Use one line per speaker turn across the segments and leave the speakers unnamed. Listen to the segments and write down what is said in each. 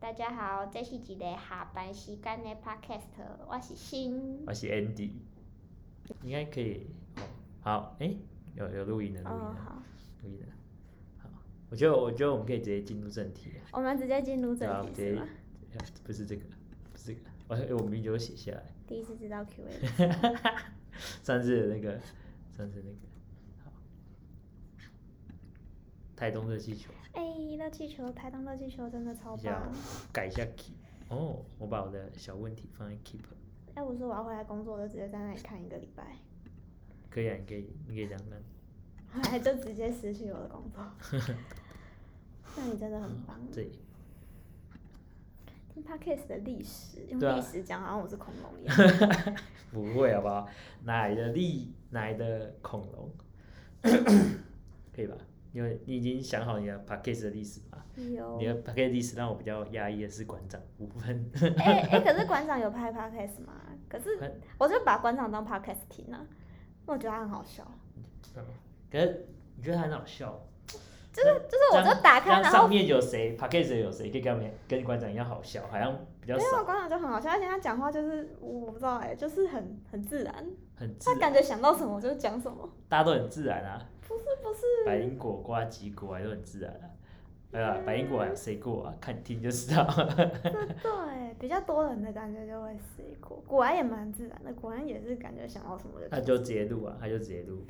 大家好，这是一个下班时间的 podcast，我是新。
我是 Andy，应该可以。哦好，哎、有有录音了，录音
哦，
了，
好，
录音了。好，我觉得我觉得我们可以直接进入正题了，啊
我们直接进入
对啊直
正题是
接
吗？
呃 不是这个，不是这个，我哎我明明就有写下来。
第一次知道 Q&A，
上次的那个，上次那个，好，台东热气球，
哎、热气球，台东热气球真的超
一下
棒。
改一下 keep。哦，我把我的小问题放在 keep，
要哎不是我要回来工作，我就直接在那里看一个礼 拜，
可以啊，你可以，你可以这样看。
后来就直接失去我的工作。 那你真的很棒。
这里，
听 podcast 的历史，用
对啊
历史讲，好像我是恐龙 一样。
不会好不好？哪来的力，哪来的恐龙？可以吧？因为你已经想好你的 p a c k a g e 的历史嘛。
有
你的 p a c k a g e 历史让我比较压抑的是馆长部分。
哎哎、可是馆长有拍 podcast 吗？可是
馆
我就把馆长当 podcast 听啊，我觉得他很好笑。
可是你觉得他很好笑？
就是就是，我就打开，
那
然
上
后
面有谁 p a c k a g e 有谁可以跟他们跟馆长一样好笑，好像比较
没有
少，
馆长就很好笑，而且他讲话就是我不知道哎、就是很很自然，
很自
他
然，
感觉想到什么就讲什么。
大家都很自然啊。
不是不是，
百灵果、瓜吉果还都很自然啊。哎呀，百灵果还有谁过啊？看你听就知道。
对，比较多人的感觉就会试过，果然也蛮自然的，果然也是感觉想到什么就
他
讲。
就直接录啊，他就直接录。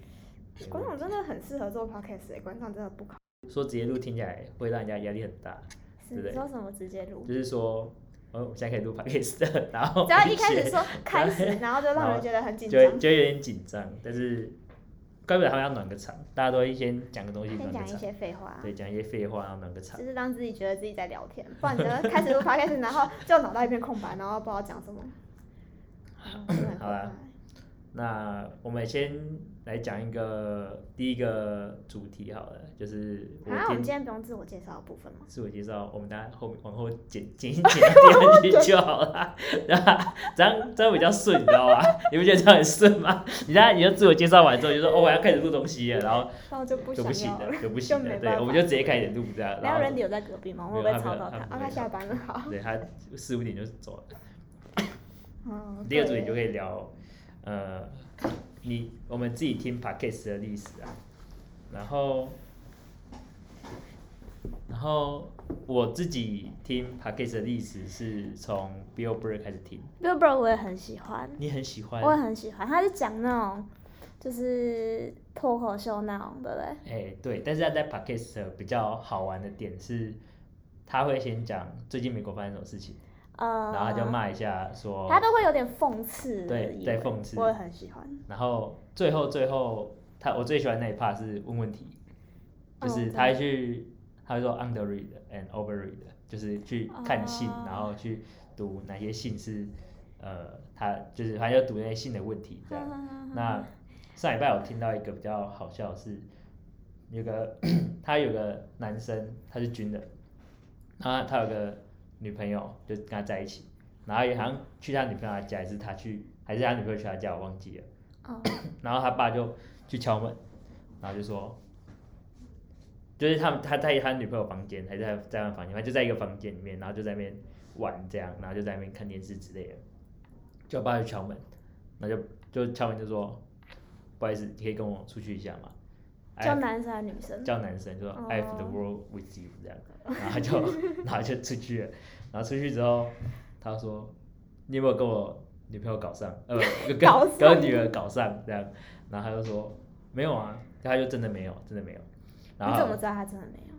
馆长真的很适合做 podcast 哎、馆长真的不考。
说直接录听起来会让人家压力很大，
是
对不对
你说什么直接录？
就是说，呃，我们现在可以录 podcast，然 后
只要一开始
些
说 开始，然后就让人觉得很紧
就
张。
会就会有点紧张，但是怪不得他们要暖个场，大家都会先讲个东西
先
暖个
讲一
场，
些废话，啊
对，讲一些废话，然后暖个场
就。是让自己觉得自己在聊天，不然你就会开始录 podcast，然 后就脑袋一片空白，然后不知道讲什么。嗯真的很可
好啦
怕
那我们先来讲一个第一个主题好了，就是我
啊，我们
们
今
先
天不用自我介绍的部分吗？
自我介绍，我们大家后面往后剪剪一剪掉进去就好了， 然后这样这样比较顺，你知道吗？ 你不觉得这样很顺吗？ 你大家你就自我介绍完之后，你就说哦我要开始录东西了，然后
那我就不
就
想
不行
要了。
了，就不行
就没
了，
办
对，
法
我们就直接开始录这样，
没有
然
人
后
留在隔壁吗？
没
我会
有
不会
他没
吵
有
到
他
他？
没有，
哦他下班了，好。
对他四五点就走了。
嗯，
第二个主题
对
就可以聊，呃，你我们自己听 podcast 的历史啊，然后，然后我自己听 podcast 的历史是从 Bill Burr 开始听，
Billboard 我也很喜欢，
你很喜欢，
我也很喜欢，他是讲那种就是脱口秀那种，对不对？
哎、对，但是他在 podcast 比较好玩的点是，他会先讲最近美国发生什么事情，
呃，
然后他就骂一下说，
他都会有点讽刺的
对
意味，
对讽刺
我也很喜欢。
然后最后最后他我最喜欢那一 part 是问问题，就
哦
是
对
他会去他会说 under read and over read，就是去看信，
哦
然后去读哪些信是呃他就是他要读那些信的问题
嗯
这样。啊那上礼拜我听到一个比较好笑的是，有个 他有个男生他是军人，然后他有个女朋友就跟他在一起，然后也好像去他女朋友家，还是他去还是他女朋友去他家，我忘记了。
哦，
然后他爸就去敲门，然后就说，就是他们他在他女朋友房间，还是在在他房间，他就在一个房间里面，然后就在那边玩这样，然后就在那边看电视之类的，就他爸就敲门，然后就就敲门就说，不好意思，你可以跟我出去一下吗？
叫
哎，
男生还是女生？
叫男生就说
哦
I have the world with you 这样，然后他就然后就出去了，然后出去之后，他说你有没有跟我女朋友搞上？呃，跟
搞
跟我女儿搞上这样，然后他就说没有啊，他就真的没有，真的没有。然
你怎么
后
知道他真的没有？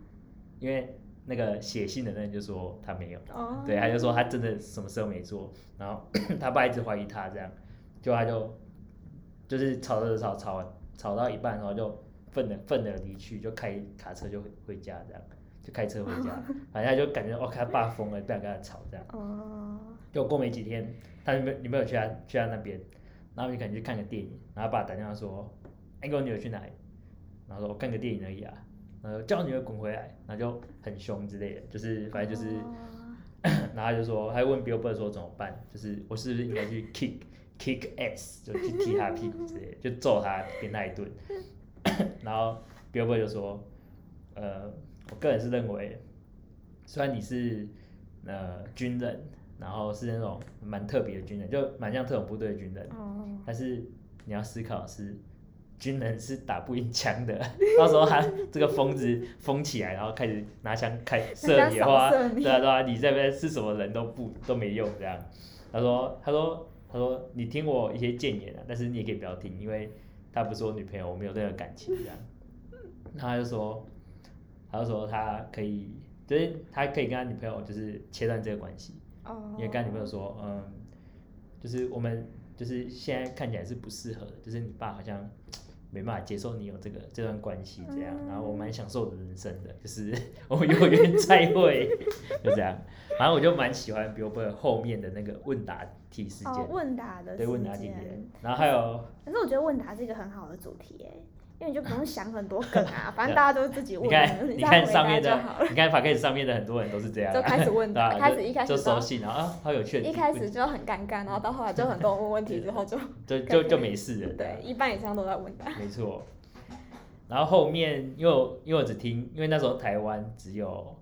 因为那个写信的那人就说他没有，
哦，
嗯对，他就说他真的什么事都没做，然后 他爸一直怀疑他这样，就他就就是吵着吵吵完吵到一半，然后就愤的愤的离去，就开卡车就回回家这样，就开车回家，反正他就感觉哦，他爸疯了，不想跟他吵这样。
哦，
就过没几天，他女女朋友去他去他那边，然后你可能去看个电影，然后爸打电话说，哎、给我女儿去哪里？然后说我看个电影而已啊，然后叫我女儿滚回来，然后就很凶之类的，就是反正就是，
哦
然后他就说，他就问 Bill Burr 说怎么办，就是我是不是应该去 kick kick ass，就去踢他屁股之类的，就揍他扁他一顿， 然后 Bill Burr 就说，呃，我个人是认为，虽然你是呃军人，然后是那种蛮特别的军人，就蛮像特种部队的军人。
哦，
但是你要思考的是，军人是打不赢枪 的，到时候他这个疯子疯起来，然后开始拿枪开射你的话，
扫射你
对啊对啊，你这边是什么人都不都没用这样。他说他说他说你听我一些谏言啊，但是你也可以不要听，因为她不是我女朋友，我没有任何感情这样。然后他就说，他就说他可以，就是他可以跟他女朋友就是切断这个关系。
哦，
因为刚才女朋友说，嗯，就是我们就是现在看起来是不适合的，就是你爸好像没办法接受你有这个这段关系这样，然后我蛮享受我的人生的，就是 我们有缘再会，就这样。反正我就蛮喜欢 Billboard 后面的那个问答题事件，
哦问答的
对
时
问答题
间
事件，然后还有
可是我觉得问答是一个很好的主题哎，因为你就不 用想很多梗啊，反正大家都自己问，
你看
你
你
再
看
回
上
答
面
就
的
好了，
你看 p a c a s 上面的很多人都是这样啊，
就开始问
对啊
开
就
始一开始
就
都
熟悉，然后啊好有 趣的题，
一开始就很尴尬，然后到后来就很多人问问题之 后就
就就就没事了，这样
对，一半以上都在问答。
没错。然后后面因为我因为我只听，因为那时候台湾只有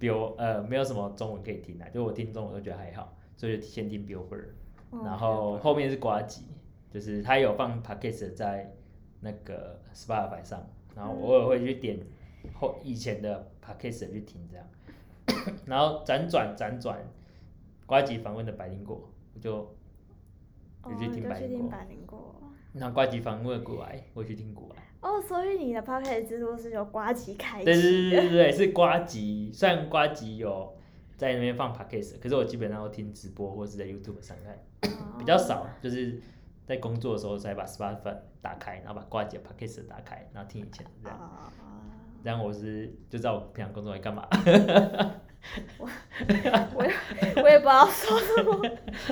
Bill 呃没有什么中文可以听啊，就我听中文都觉得还好，所以就先听 Billboard，、然
哦
后后面是瓜吉，就是他有放 p a c k a g e 在那个 Spotify 上，然后我偶尔会去点后以前的 p a c k a g e 去听这样，然后辗转辗转，瓜吉访问的百灵果，我就
哦
有去
你
听
就
百
去
灵
听
果，
百灵果。
然后瓜吉访问古癌，我去听古癌。
哦，所以你的 p o c k e t 制度是由瓜吉开
对对
启。
对对对，是瓜吉。虽然瓜吉有在那边放 podcast，可是我基本上都听直播或是在 YouTube 上看，
哦
比较少，就是在工作的时候才把 Spotify 打开，然后把瓜吉的 podcast 打开，然后听以前的这样。
哦。
这样我是就知道我平常工作在干 嘛。
我也我也不知道说什么，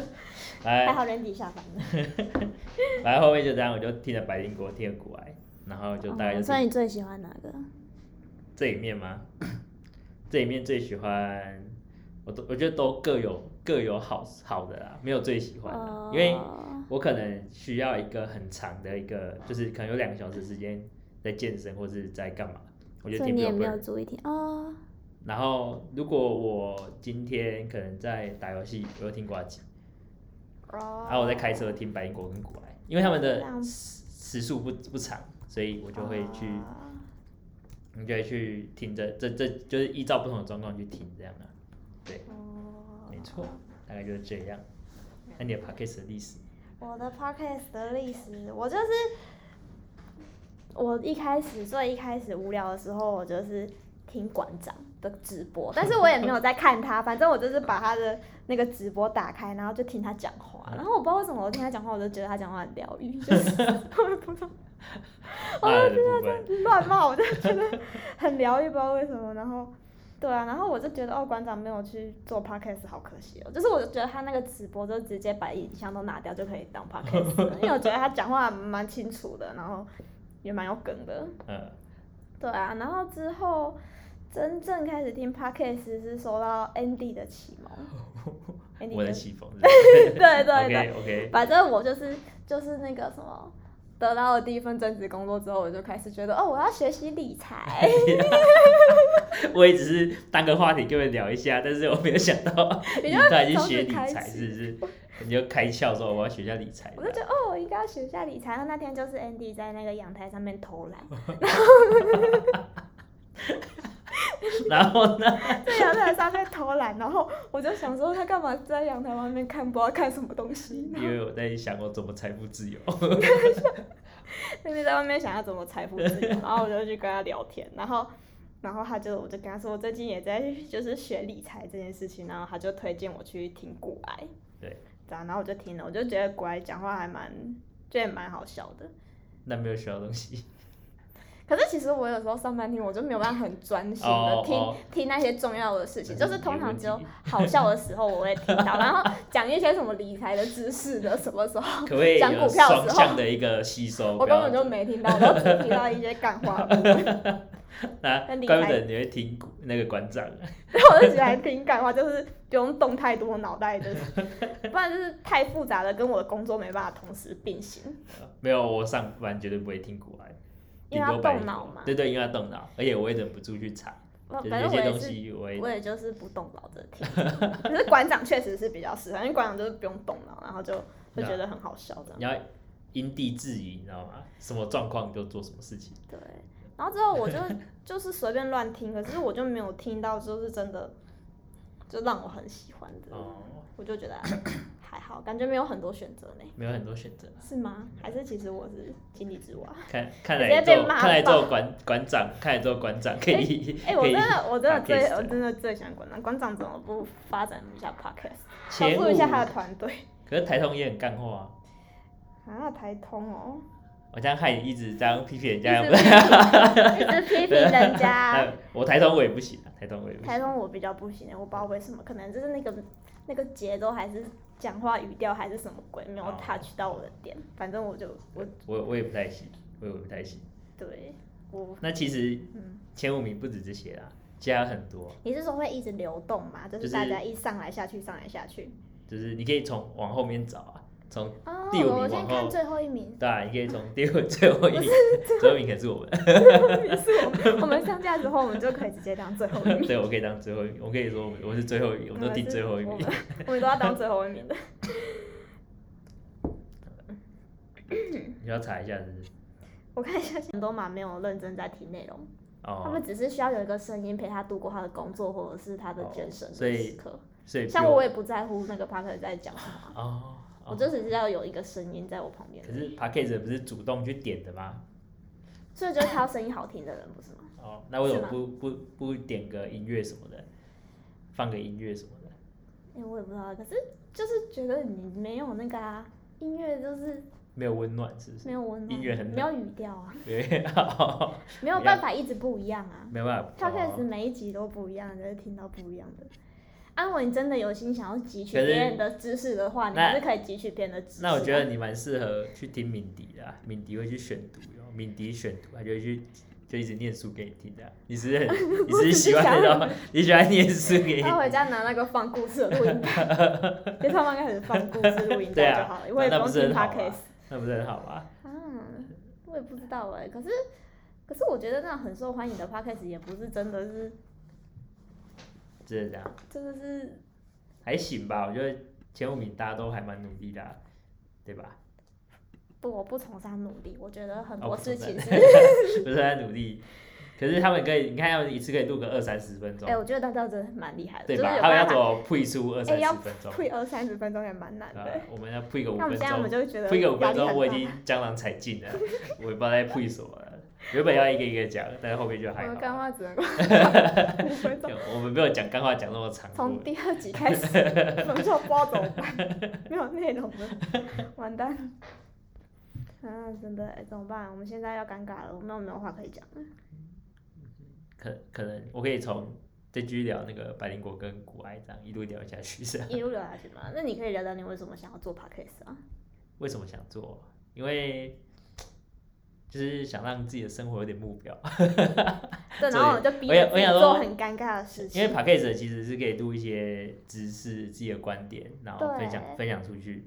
还
来，
好人底下班了。
来后面就这样，我就听了白灵国，听了古埃，然后就大概就
所以
是
哦你最喜欢哪个？
这里面吗？这里面最喜欢，我都我觉得都各有各有好好的啦，没有最喜欢的，
哦
因为。我可能需要一个很长的一个，就是可能有两个小时时间在健身或是在干嘛，我就
所以
听
你也没
Billboard
有。注意听哦。
然后如果我今天可能在打游戏，我就听瓜吉；，啊
哦。
然后我在开车听白英国跟古来，因为他们
这样
的
子
时时速不不长，所以我就会去，
哦
你就会去听这这这就是依照不同的状况去听这样啊，对，
哦
没错，大概就是这样。那你的 p o c k e t 的历史，
我的 podcast 的历史，我就是我一开始最一开始无聊的时候，我就是听馆长的直播，但是我也没有在看他，反正我就是把他的那个直播打开，然后就听他讲话，然后我不知道为什么我听他讲话，我就觉得他讲话很疗愈，就是 我也不知道
爱啊的部分，
乱骂，我就觉得很疗愈，不知道为什么。然后，对啊，然后我就觉得哦，馆长没有去做 podcast，好可惜哦。就是我就觉得他那个直播就直接把影像都拿掉就可以当 podcast，了因为我觉得他讲话蛮清楚的，然后也蛮有梗的。
嗯，
对啊，然后之后真正开始听 podcast 是受到 Andy 的启 蒙。Andy
我的
的
西风是不是
对对对，
，OK OK，
反正我就是就是那个什么，得到了第一份正职工作之后，我就开始觉得哦，我要学习理财。
我也只是当个话题跟你们聊一下，但是我没有想到
你
你
就
突然去
从此
学理
开
财，
始
是不是？你就开窍说我要学一下理财
我就
的，
觉得哦，我应该要学一下理财。那那天就是 Andy 在那个阳台上面偷懒，
然后 呢，
在阳台上面偷懒，然后我就想说他干嘛在阳台外面看，不知道看什么东西。
因为我在想我怎么财富自 由，
那边在外面想要怎么财富自由，然后我就去跟他聊天，然后，然后他就我就跟他说，我最近也在就是学理财这件事情，然后他就推荐我去听古埃，
对，
这样，然后我就听了，我就觉得古埃讲话还蛮，就也蛮好笑的。
那没有学到东西。
可是其实我有时候上班听，我就没有办法很专心
哦
的听、
哦
听那些重要的事
嗯
情，就是通常只有
没问
好笑的时候我会 听到，然后讲一些什么理财的知识的，什么时候
可不可以
讲
有
股票的
双
时候
向的一个吸收？
我
不
根
要
本就没听到，我都只听到一些干话。
那
很理
怪不
财
得你会听股那个馆长，
然后我就喜欢听感话，就是不用动太多脑袋，就是不然就是太复杂的，跟我的工作没办法同时并行。
没有我上班绝对不会听股癌，啊
因为
顶多
要
白
动
天
脑嘛
对对，因为要动脑，而且我也忍不住去查，
我
就是
反
有
正我
些
也
东
是，
西我也
我也就是不动脑着 听。可是馆长确实是比较适合，因为馆长就是不用动脑，然后就会觉得很好笑这样。
你要因地制宜，你知道吗？什么状况就做什么事情。
对，然后之后我就就是随便乱听，可是我就没有听到就是真的就让我很喜欢的，
哦，
我就觉得还好，感觉没有很多选择呢。
没有很多选择啊，
是吗？还是其实我是井底之蛙？
看看
直接
来
被
做
骂
看来
爆
做馆馆长，看来做馆长可以
哎、
可
我
以啊
真的，我真的最，
podcast
我真的最喜欢馆长。馆长怎么不发展一下 podcast，丰
前
富一下他
五。
的团队？
可是台通也很干货啊，
啊，台通哦，
我这样害你一直这样批评人
一
家，
直批评一直批评人 家。
那我台通我也不行啊，台通我也不
啊台
行。
通我比较不行，我不知道为什么，可能就是那个那个节奏还是讲话语调还是什么鬼，没有
哦
touch 到我的点。反正我就我
我我也不太行，我也不太行。
对我，
那其实
嗯
前五名不止这些啦，其他有很多，
你是说会一直流动吗？就
就是是
大家一上来下去，上来下去。
就是你可以从往后面找啊，从
哦，
第五名
我先
往
看
后
最后一名，
对啊，你可以从第五最后一名，最后一名可是我们。
我 们上架之后，我们就可以直接当最后一名。
对，我可以当最后一名，我可以说我我是最后一，我们都
们
定
是
最后一
我
名
们。我们都要当最后一名的。
你要查一下是不是？
我看一下，很多嘛没有认真在听内容，他
哦
们，只是需要有一个声音陪他度过他的工作或者是他的健身
哦所
的
以
时刻。
所以
像
比
我也不在乎那个 Parker 在讲什么啊，
哦，
我
哦
就只是要有一个声音在我旁边
可，是 p a c k a g e 不是主动去点的吗？
所以就是挑声音好听的人，不是吗？
哦，那为什
是
么
吗
不不不点个音乐什么的，放个音乐什么的？
哎、我也不知道，可是就是觉得你没有那个啊，音乐就是
没有温暖是不是？
没有温暖，
音乐很冷
没有语调啊，
对， 哦
没有办法一直不一样啊。
没有办法。
他开始
哦
每一集都不一样，就是听到不一样的。安文，你真的有心想要汲取
可是
别人的知识的话，你
那
还是可以汲取别人的知识啊的。
那我觉得你蛮适合去听敏迪的、啊，敏迪会去选读，然后敏迪选读，他就会去就一直念书给你听的、啊。你是 不是很，你是不是喜欢那种，你喜欢念书给你
他回家拿那个放故事的录 音带，就他们开始放故事录音
对
带
啊
就好了，我
那
也不
那
用
不是很好啊吗
听 podcast。
那不是很好吗？
嗯，我也不知道哎、可是可是我觉得那种很受欢迎的 podcast 也不是真的是，
就是这样，
真的是
还行吧。我觉得前五名大家都还蛮努力的啊、对吧？
不我不崇尚努力，我觉得很
哦
多
不
事
崇
情
尚
是
不是在努力，可是他们可以，你看他们一次可以录个二三十分钟
哎、，我觉得大家真的蛮厉害的，
对
就是
吧？
有
他们要
办
怎
法
么配出二三
哎要
十分钟？
配二三十分钟也蛮难的、
啊，我们要配个五
那我
分
们现在我
钟
们。就会觉得
配个五
压
分
力很
钟，我已
大
经江郎才尽了，我也不知道在配什么了。原本要一个一个讲，但是后面就还
我
好
们。干话只能五分 钟，
我们没有讲干话讲那么长过
从第二集开始，我们就不知道怎么办，没有内 容了，完蛋。啊，真的、欸，怎么办？我们现在要尴尬了，我们有没有话可以讲？
可可能我可以从这句聊那个百灵果跟古埃这样一路聊下去，是吧
一路聊下去吗？那你可以聊聊你为什么想要做 podcast 啊？
为什么想做？因为就是想让自己的生活有点目标。
对，然后我就逼
我也
着
我
自己
也想
做
说
很尴尬的事
因为
情。
p a c k a g e 其实是可以录一些知识、自己的观点，然后分享
对
分享出去。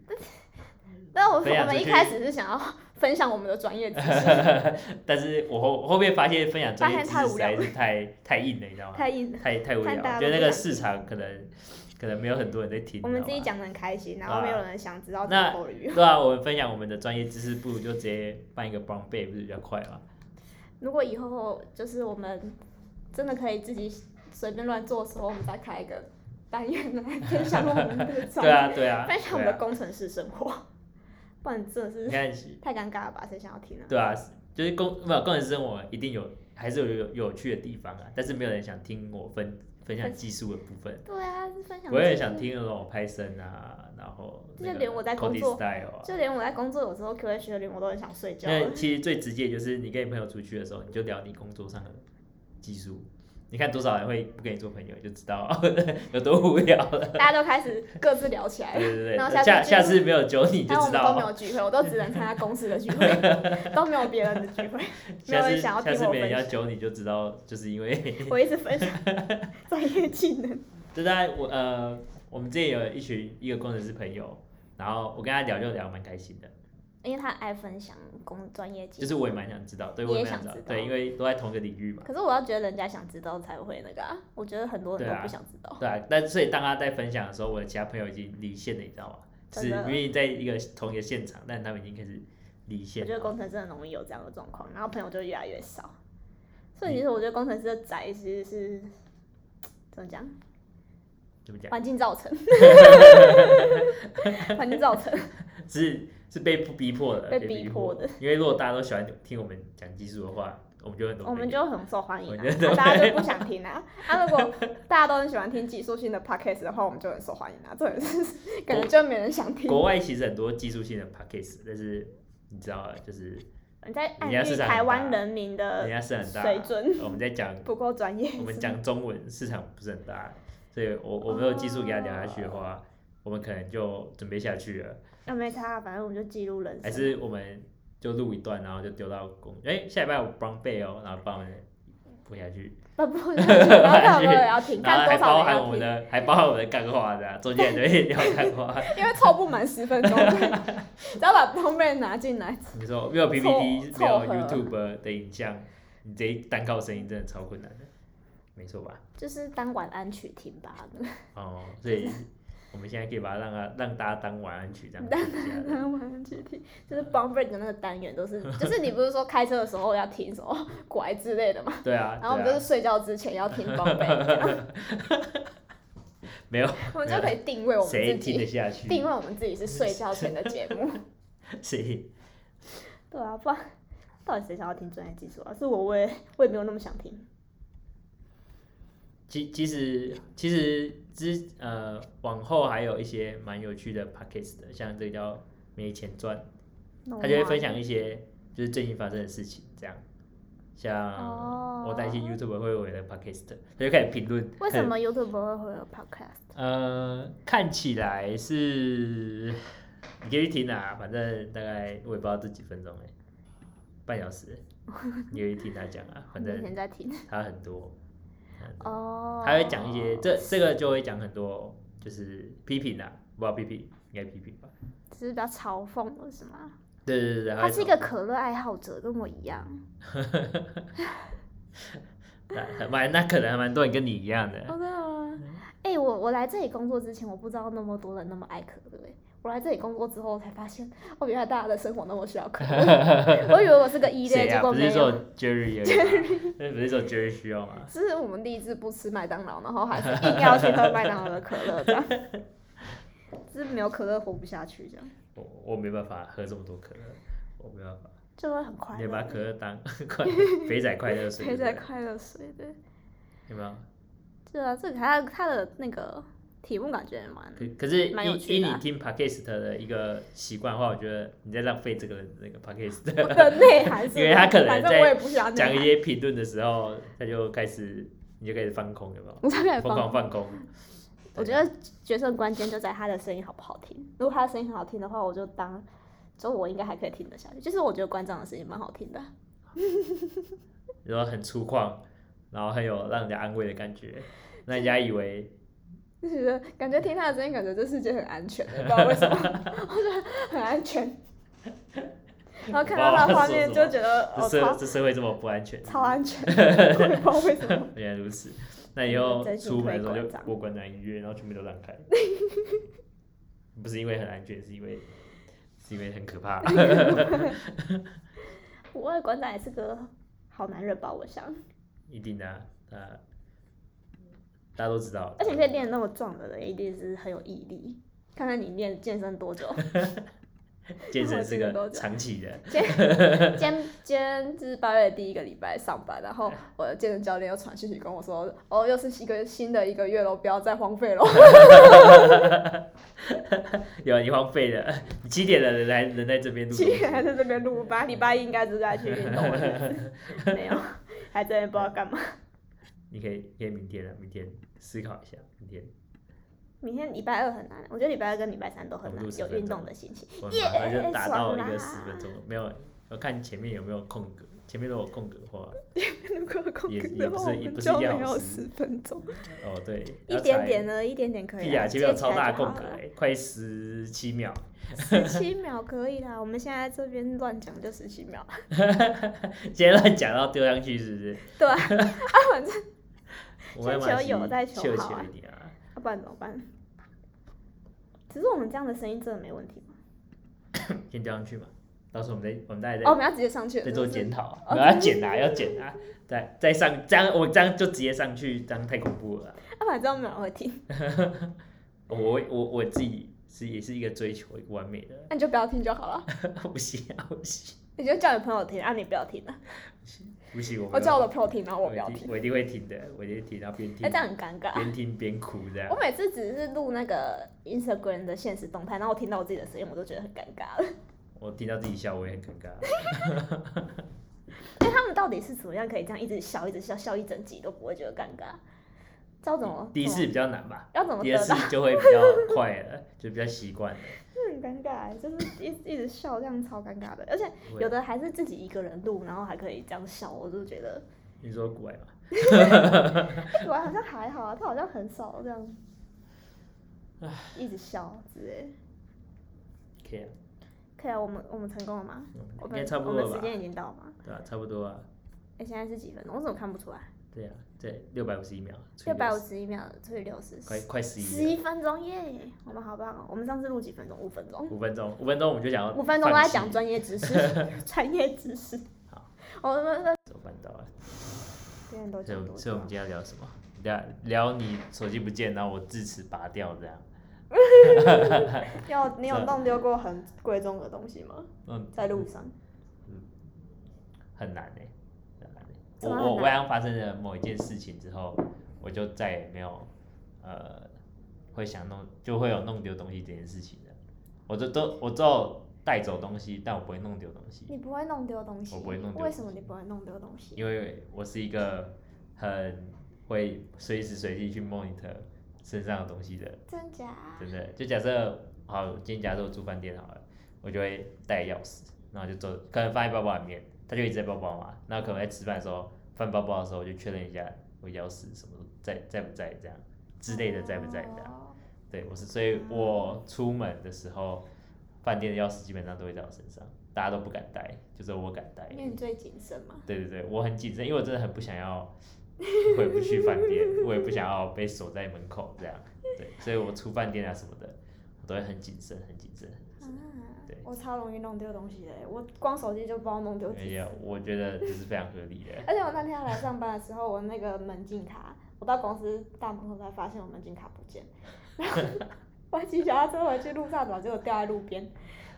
但我我
分享
们
出
一
去
开始是想要 分享我们的专业知 识，
但是我后我后面发现分享专业知
发
识
现太无
实
聊了
在是 太太硬了，你知道吗？
太硬了。
太太无聊
看大家
了，
都
就那
不
个
想
市场可能可能没有很多人在听。
我们
你知
自
道
己
吗
讲的很开心，然后没有人想知道怎
啊那
么口语。
对啊，我们分享我们的专业知识，不如就直接办一个 brown bay，不是比较快吗？
如果以后就是我们真的可以自己随便乱做的时候，我们再开一个单 元来分享我们的专
对
业，
啊，对啊，
分享我
对
们的
啊。
工程师生活。 不然真的
你
是
看，
太尴尬了吧？谁想要听啊？
对啊，就是工不工程师生活一定有还是有有有趣的地方啊，但是没有人想听我分分享技术的部分。
对啊，是分享。
我也很想，听那种拍声啊，然后
就是连我在工
c
作
style 啊。
就连我在工作有时候 Q A 学零，我都很想睡觉了。
那其实最直接就是你跟你朋友出去的时候，你就聊你工作上的技术。你看多少人会不跟你做朋友，你就知道 有多无聊了。
大家都开始各自聊起来
对
了。
对对，
哎然后
下
下次
下次没有酒你就
但我
知
们都没
道，
有聚会，我都只能参加公司的聚会， 都没有别人的 聚会。没有
下
人
次
想要
下
听
次
我
没人
分
要酒你就知道，就是因为
我一直分享 专业技能，
就在我呃，我们之前有一群一个工程师朋友，然后我跟他聊就聊得蛮开心的，
因为他爱分享工专业技
就
能，
是我也蛮想知道，对，我
你也
蛮
想
知道
知，道
对，因为都在同一个领域嘛，
可是我要觉得人家想知道才会那个啊，我觉得很多人
对
都
啊
不想知道。
对啊。但所以当他在分享的时候，我的其他朋友已经离线了，你知道吗？就是
真的
因为在一个同一个现场，但他们已经开始离线
我
了。
觉得工程师很容易有这样的状况，然后朋友就越来越少。所
嗯
以其实我觉得工程师的宅其实是怎么讲，
怎么讲？
环 境造成， 环境造成。
是是被逼迫的，
被
逼
逼
迫
迫的。
因为如果大家都喜欢听我们讲技术的话，我们就很多
我们
朋
就
友
很受欢迎、
我觉
啊，
得
啊大家就不想听啊。啊，如果大家都很喜欢听技术性的 podcast 的话，我们就很受欢迎啊。这也是感觉就没人想听。
国外其实很多技术性的 podcast，但是你知道啊，就是
你在暗
人家
喻
市场很大
台湾人民
人
的
家是很大，
呃水准
我们在讲
不够专业。
我们讲中文市场不是很大，所以我我没有技术给他聊下去的话，我们可能就准备下去了，
那啊没差，反正我们就记录人
还
生。
是我们就录一段，然后就丢到公，哎、下礼拜我帮背哦，然后帮我们播下去，
不不，然后看有没有人要听，
然后
看
还
多少
包
人
含我
要
们
听，
的，还包含我们的干话的、啊，中间也会聊干话。
因为凑不满十分钟，只要把装备拿 进来，
你说没有 PPT，
凑
没有
合
YouTube 的影像，你直接单靠声音真的超困难的，没错吧？
就是当晚安曲听吧，
哦，所以我们现在可以把它让它让大家当晚安曲这样听一下。
当晚安曲听，就是 b o m b e r 的那个单元都是，就是你不是说开车的时候要听什么 拐之类的吗？
对啊，
然后我们
对
就
啊
是睡觉之前要听 b o m b e r
没有
我们就可以定位我们
谁
自
听得
己，
下去，
定位我们自己是睡觉前的节目。
谁
对啊，不然到底谁想要听专业技术啊？是我，我也我也没有那么想听。
其其实其实之呃往后还有一些蛮有趣的 podcast 的，像这个叫没钱赚。
哦那我
他就会
忘
分
了
享一些就是最近发生的事情，这样。像啊我担心
哦
YouTube 会毁了 Podcast，他就开始评论。
为什？么 YouTube 会会有 Podcast？
呃，看起来是你可以去听啊，反正大概我也不知道这几分钟哎、半小时，欸 你可以听他讲啊，反
你以
正
前在听
他很多。很多
哦，
他会讲一些这这个就会讲很多就是批评啊，不知道批评应该批评吧？
只是比较嘲讽的是吗？
对对对对，
他
会
是一
讲
个可乐爱好者，跟我一样。
那蛮那可能还蛮多人跟你一样的，嗯
哦，真的吗？哎、我我来这里工作之前，我不知道那么多人那么爱可乐、欸。我来这里工作之后才发现，哦，原来大家的生活那么需要可 乐。我以为我是个异类，
谁
结
啊？
果
不是
没有。
说 Jerry 而已 吗那不是说 Jerry 需要吗？
只是我们立志不吃麦当劳，然后还是硬要去喝麦当劳的可乐， 这样。只是没有可乐活不下去，这样
我我没办法喝这么多可乐，我没办法，
就会很快
你把
乐。
可乐当 快肥仔快乐 水，
陪在
对不对
快乐水对，
有没有？
对啊，这个他他的那个题目感觉 也蛮
可可是
蛮有
以
趣
以
的
你
啊
听 podcast 的一个习惯的话，我觉得你在浪费这个那个 podcast，
的内涵是，
因为他可能
反正
在
我也不啊想
讲一些评论的时候，他就开始你就开始放空，有没有？
我大概
疯
放
狂放空。
我觉得决胜关键就在他的声音好不好听。如果他的声音很好听的话，我就当就我应该还可以听得下去。就是我觉得关长的声音蛮好听的，
然后很粗犷，然后很有让人家安慰的感觉，让人家以为
就觉得感觉听他的声音，感觉这世界很安全，不知道为什么，我觉得很安 全。然后看到他的画面，就觉得
这
哦
社
超
这社会这么不安全，
超安全，我也不知道为什 么。
原来如此。那以后
真心
出门的时候
推
就
广这样
播关南音乐，然后全部都让 开。不是因为很安全，是因为是因为很可 怕。
不过馆长也是个好男人吧，我想。
一定的、啊，呃，大家都知道。啊
而且可以练得那么壮的人，一定是很有毅力。看看你练健身多久，
健身是
我觉得
个
都这样
长期的，
今天今天是八月的第一个礼拜上班，然后我的健身教练又传讯息跟我说，哦，又是一个新的一个月喽，不要再荒 废喽。
有啊你荒废了， 你七点了人来人在这边录东
七
西，
点还在这边录，吧，礼拜一应该就是在去运动的日子，没有，还在那边不知道干嘛。
你可以可以明天了，明天思考一下，明天
明天礼拜二很难，我觉得礼拜二跟礼拜三都很
我
难
们录，十
有
分钟
运动的心情。
我们
耶
马上就达到
爽啊
一
啦
个十分钟，没有，我看前面有没有空格。前面如果有空格的话，
如果有空
也
格
也
的
不
话，
是
我
也
们
不是
就
一
没
样
有
的
十
事
分钟。
哦对，
一点点。呢，一点点可以
屁
啦。
啊，前面有
接起
超
来
大的
就
空
好
格
了
哎、快十七秒。
十七秒可以啦，我们现在这边乱讲就十七秒。
今天乱讲到丢上去是不 是？
对啊，啊反正
我们
先求有
蛮
再
喜
求
求
好啊
求一点啊。
啊不然怎么办？只是我们这样的声音真的没问题吗？
先丢上去嘛，到时候我们再我们大家
哦，
再
我们要直接上去了。
再
是哦
做
不是
检讨啊，我们要剪啊，要剪啊，再再上这样我这样就直接上去，这样太恐怖了啊、
啊，反正没有人会听，
我我我自己是也是一个追求完美的人，
那你就不要听就好了。
不行啊，不行
你就叫你朋友听，啊，你不要听了。
不行，我
我
没有
叫我的朋友听，然后我
我
不
一
要
定
听，
我一定会听的，我一定会听，然后边听
哎，这样很尴尬。
边听边哭这样
我。每次只是录那个 Instagram 的现实动态，然后我听到我自己的声音，我都觉得很尴尬了。
我听到自己笑，我也很尴尬。
因为哎他们到底是怎么样可以这样一直笑、一直笑、笑一整集都不会觉得尴尬？知道怎么？
第一
怎
次
么
比较难吧，
要怎么
第二
得
次
到？
就会比较快了， 就比较习惯了。
这很嗯尴尬，就是一一直笑，这样超尴尬的。而且
不会
有的还是自己一个人录，然后还可以这样笑，我就觉得
你说古怪吗？
我好像还好啊，他好像很少这样，一直笑之类。
可以啊，
可以啊，我们我们成功了吗？
嗯
我
应该
们
差不
我
多
们
了
时
吧？
间已经到了吗？
对吧、差不多啊，
哎、现在是几分钟？我怎么看不出来？
对啊，对，六百五十一秒，除以
六百五
60，
十一秒除以六十，
快快十
十
一
一分钟耶！我们好棒哦！我们上次录几分钟？五分钟。
五分钟，五分钟我们就想要
五分钟都
放
在
弃
讲，专业知识， 专业知识。
好，
我们的
怎么办到啊？
别人都
所以我
讲
们，
多
所以
久
我们
啊？
今天要聊什么？聊聊你手机不见，然后我智齿拔掉这样。
要你有
这
弄丢过很贵重的东西吗？
嗯，
在路上？
很难哎、很难欸
怎
我
么
我
很
我
难
刚发生了某一件事情之后，我就再也没有呃会想弄，就会有弄丢东西这件事情了。我就都我只有带走东西，但我不会弄丢东西，
你不会弄丢东西？
我不会弄丢
为什么你不会弄丢东西？
因为我是一个很会随时随地去 monitor 身上的东西的人，
真假？
真的。就假设好，今天假设我住饭店好了，我就会带钥匙，然后就走，可能放在包包里面，它就一直在包包嘛。那可能在吃饭的时候翻包包的时候，我就确认一下我钥匙什么在在不在这样之类的啊在不在这样。
哦
对，我是所以我出门的时候，饭店的钥匙基本上都会在我身上，大家都不敢带，就只有我敢带。
因为你最谨慎嘛。
对对对，我很谨慎，因为我真的很不想要 回不去饭 店，我也不想要被锁在门口这样。对，所以我出饭店啊什么的，我都会很谨慎，很谨慎。
啊
对，
我超容易弄丢东西的，欸我光手机就不知道弄丢
而
几
且
次。
我觉得这是非常合理的。
而且我那天要来上班的时候，我那个门禁卡，我到公司大门口才发现我门禁卡不见，然后 我骑脚踏车回去路上找，结果掉在路边，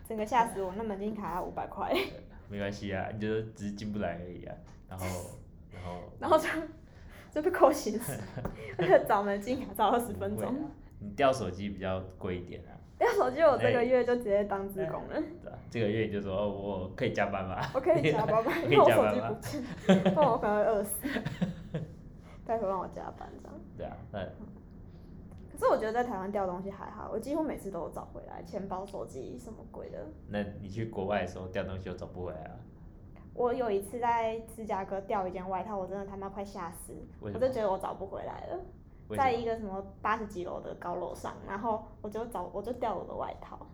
整个吓死我。那门禁卡要五百块，
没关系啊，你就是只是进不来而已啊。然后，然后
然后就 就被扣薪 水，为了找门禁卡找二十分
不会
钟
啊。你掉手机比较贵一点啊，
掉手机我这个月就直接当自工了，
对吧？这个月你就说哦，我可以加班吧。
我可以加班吗？
可以
因为我
加
手
班
机
吗
不见，不然我可能会饿死。拜托让我加班这样。
对啊，那
可是我觉得在台湾掉东西还好，我几乎每次都有找回来，钱包、手机什么鬼的。
那你去国外的时候掉东西又找不回来啊？
我有一次在芝加哥掉一件外套，我真的他妈快吓死，我
为什
就
么？
觉得我找不回来了，
为
在
什
一
么？
个什么八十几楼的高楼上，然后我就找我就掉我的外套，